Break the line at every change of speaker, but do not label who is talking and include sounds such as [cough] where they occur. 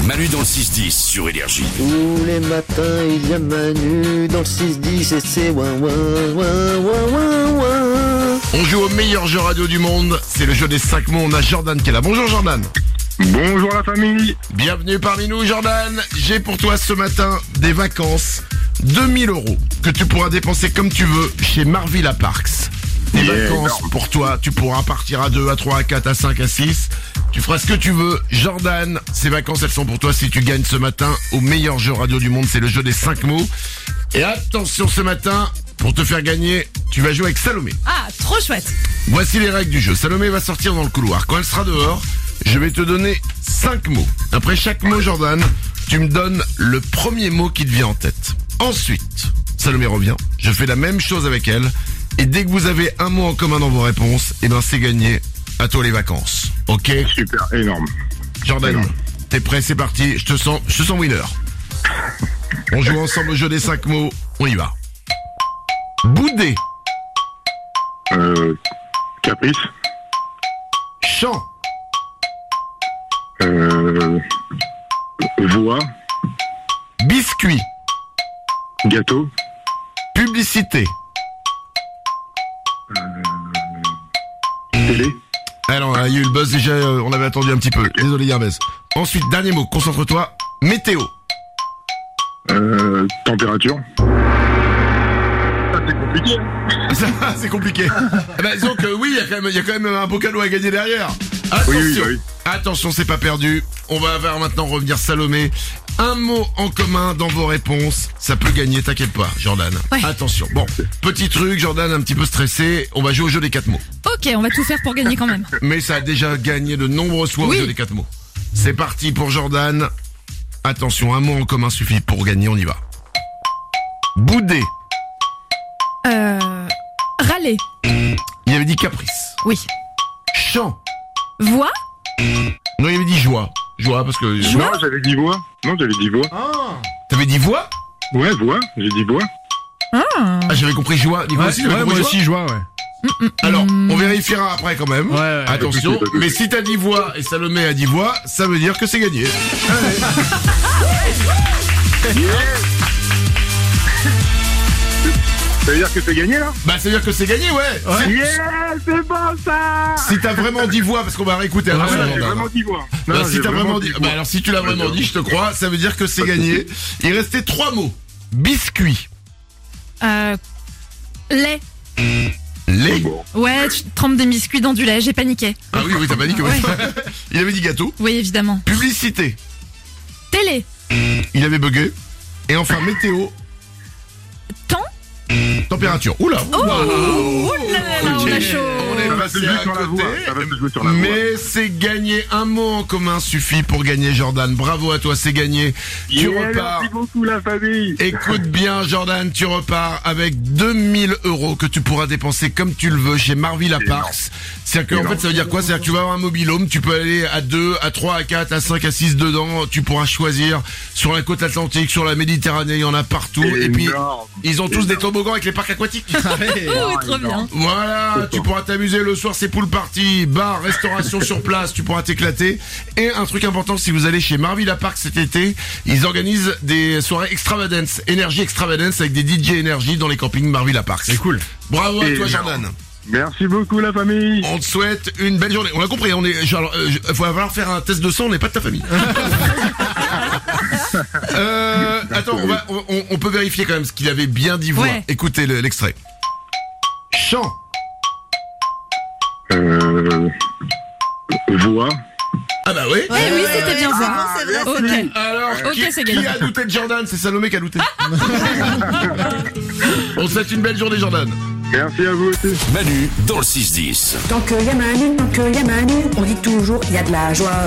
Manu dans le 6-10 sur Énergie.
Tous les matins, il y a Manu dans le 6-10 et c'est ouin ouin ouin ouin ouin ouin.
On joue au meilleur jeu radio du monde, c'est le jeu des 5 mots, on a Jordan qui est là. Bonjour Jordan
Bonjour la famille.
Bienvenue parmi nous Jordan J'ai pour toi ce matin des vacances, 2000 euros, que tu pourras dépenser comme tu veux chez Marvilla Parks. Des
Yeah,
vacances
énorme.
pour toi, tu pourras partir à 2, à 3, à 4, à 5, à 6. Tu feras ce que tu veux. Jordan, ces vacances, elles sont pour toi si tu gagnes ce matin au meilleur jeu radio du monde, c'est le jeu des 5 mots. Et attention ce matin, pour te faire gagner, tu vas jouer avec Salomé.
Ah, trop chouette.
Voici les règles du jeu. Salomé va sortir dans le couloir. Quand elle sera dehors, je vais te donner 5 mots. Après chaque mot, Jordan, tu me donnes le premier mot qui te vient en tête. Ensuite, Salomé revient. Je fais la même chose avec elle. Et dès que vous avez un mot en commun dans vos réponses, eh ben c'est gagné. À toi les vacances. Ok
Super, énorme.
Jordan, t'es prêt, c'est parti. Je te sens, je te sens winner. On joue ensemble au jeu des 5 mots. On y va. Boudé,
Euh, caprice.
chant,
Euh, voix.
biscuit,
Gâteau.
publicité.
Télé.
Alors, Eh il y a eu le buzz déjà, euh, on avait attendu un petit peu. Désolé, Yarbès. Ensuite, dernier mot, concentre-toi. Météo.
Euh, température. Ça, c'est compliqué. hein.
Ça, [laughs] c'est compliqué. Eh ben, disons que oui, il y, a quand même- il y a quand même un beau cadeau à gagner derrière. Attention,
Oui, oui, oui.
attention, c'est pas perdu. On va avoir maintenant revenir Salomé. Un mot en commun dans vos réponses, ça peut gagner, t'inquiète pas, Jordan.
Ouais.
Attention. Bon, petit truc, Jordan un petit peu stressé. On va jouer au jeu des quatre mots.
Ok, on va tout faire pour gagner quand même.
mais ça a déjà gagné de nombreuses fois
Oui.
au jeu des quatre mots. C'est parti pour Jordan. Attention, un mot en commun suffit pour gagner, on y va. Boudé,
Euh, râler.
il avait dit caprice.
Oui.
Chant,
Voix.
non, il avait dit joie. Joie, Ah. parce que...
Non, j'avais dit voix. Non, j'avais dit voix.
T'avais dit voix
Ouais, voix. J'ai dit voix.
Ah.
Ah, j'avais compris joie. Nicolas, tu avais compris joie
joie, ouais.
Alors, on vérifiera après quand même.
Ouais, ouais.
Attention, mais si t'as dit voix et Salomé a dit voix, ça veut dire que c'est gagné.
Ça veut dire que t'as gagné, là
Bah, ça veut dire que c'est gagné, Ah ouais. Si-
Yeah, c'est bon, ça
Si t'as vraiment dit voix, parce qu'on va réécouter.
Ah,
attention,
ouais, j'ai
Jordan.
vraiment dit voix. Non,
Bah,
non,
si
j'ai
t'as vraiment dit, bah,
voix.
alors si tu l'as vraiment
Ouais,
dit, je te crois, ça veut dire que
[laughs]
c'est gagné. Il restait trois mots. Biscuit,
Euh, lait.
lait.
Ah Bon.
Ouais, tu trempes des biscuits dans du lait, j'ai paniqué.
Ah oui, oui, t'as pas dit que
Ouais.
[laughs]
Il avait dit gâteau.
Oui, évidemment.
Publicité,
Télé.
il avait bugué. Et enfin météo,
Temps.
température. Oula. Waouh.
Oh là là là, on a
Ok.
chaud.
On est
Ça va se
passé
jouer
à
sur la
côté.
voix. Ça va se jouer sur la voix.
Mais c'est gagné. Un mot en commun suffit pour gagner, Jordan. Bravo à toi, c'est gagné. Tu
Yeah,
repars.
Merci beaucoup, la famille.
Écoute bien, Jordan, tu repars avec 2000 euros que tu pourras dépenser comme tu le veux chez Marvilla Parks. C'est-à-dire qu'en
Énorme.
fait, ça veut dire quoi C'est-à-dire que tu vas avoir un mobilhome, tu peux aller à 2, à 3, à 4, à 5, à 6 dedans, tu pourras choisir sur la côte atlantique, sur la Méditerranée, il y en a partout. Et puis,
Énorme.
ils ont tous des toboggans avec les parcs aquatiques.
Oh, trop bien.
Voilà, tu pourras t'amuser le soir, c'est pool party, bar, restauration sur place, tu pourras t'éclater. Et un truc important, si vous allez chez Marvilla Park cet été, ils organisent des soirées extravagance, énergie extravagance avec des DJ énergie dans les campings Marvilla Park. C'est cool. Bravo à toi,
Énorme.
Jordan.
Merci beaucoup, la famille.
On te souhaite une belle journée. On l'a compris, on est. Genre, euh, je- faut falloir faire un test de sang, on n'est pas de ta [laughs] famille. Euh, attends, on, va- on- on peut vérifier quand même ce qu'il avait bien dit. Voix.
Ouais.
Écoutez le- l'extrait. Chant.
Euh, voix.
Ah bah oui.
Eh oui, c'était bien ça. Ok.
Alors,
Ok,
qui,
c'est
qui
gagné.
a douté de Jordan C'est Salomé qui a
[laughs]
douté. On te souhaite une belle journée, Jordan.
Merci à vous aussi.
Manu dans le 6-10.
euh, Tant qu'il y a Manu, tant qu'il y a Manu, on dit toujours il y a de la joie.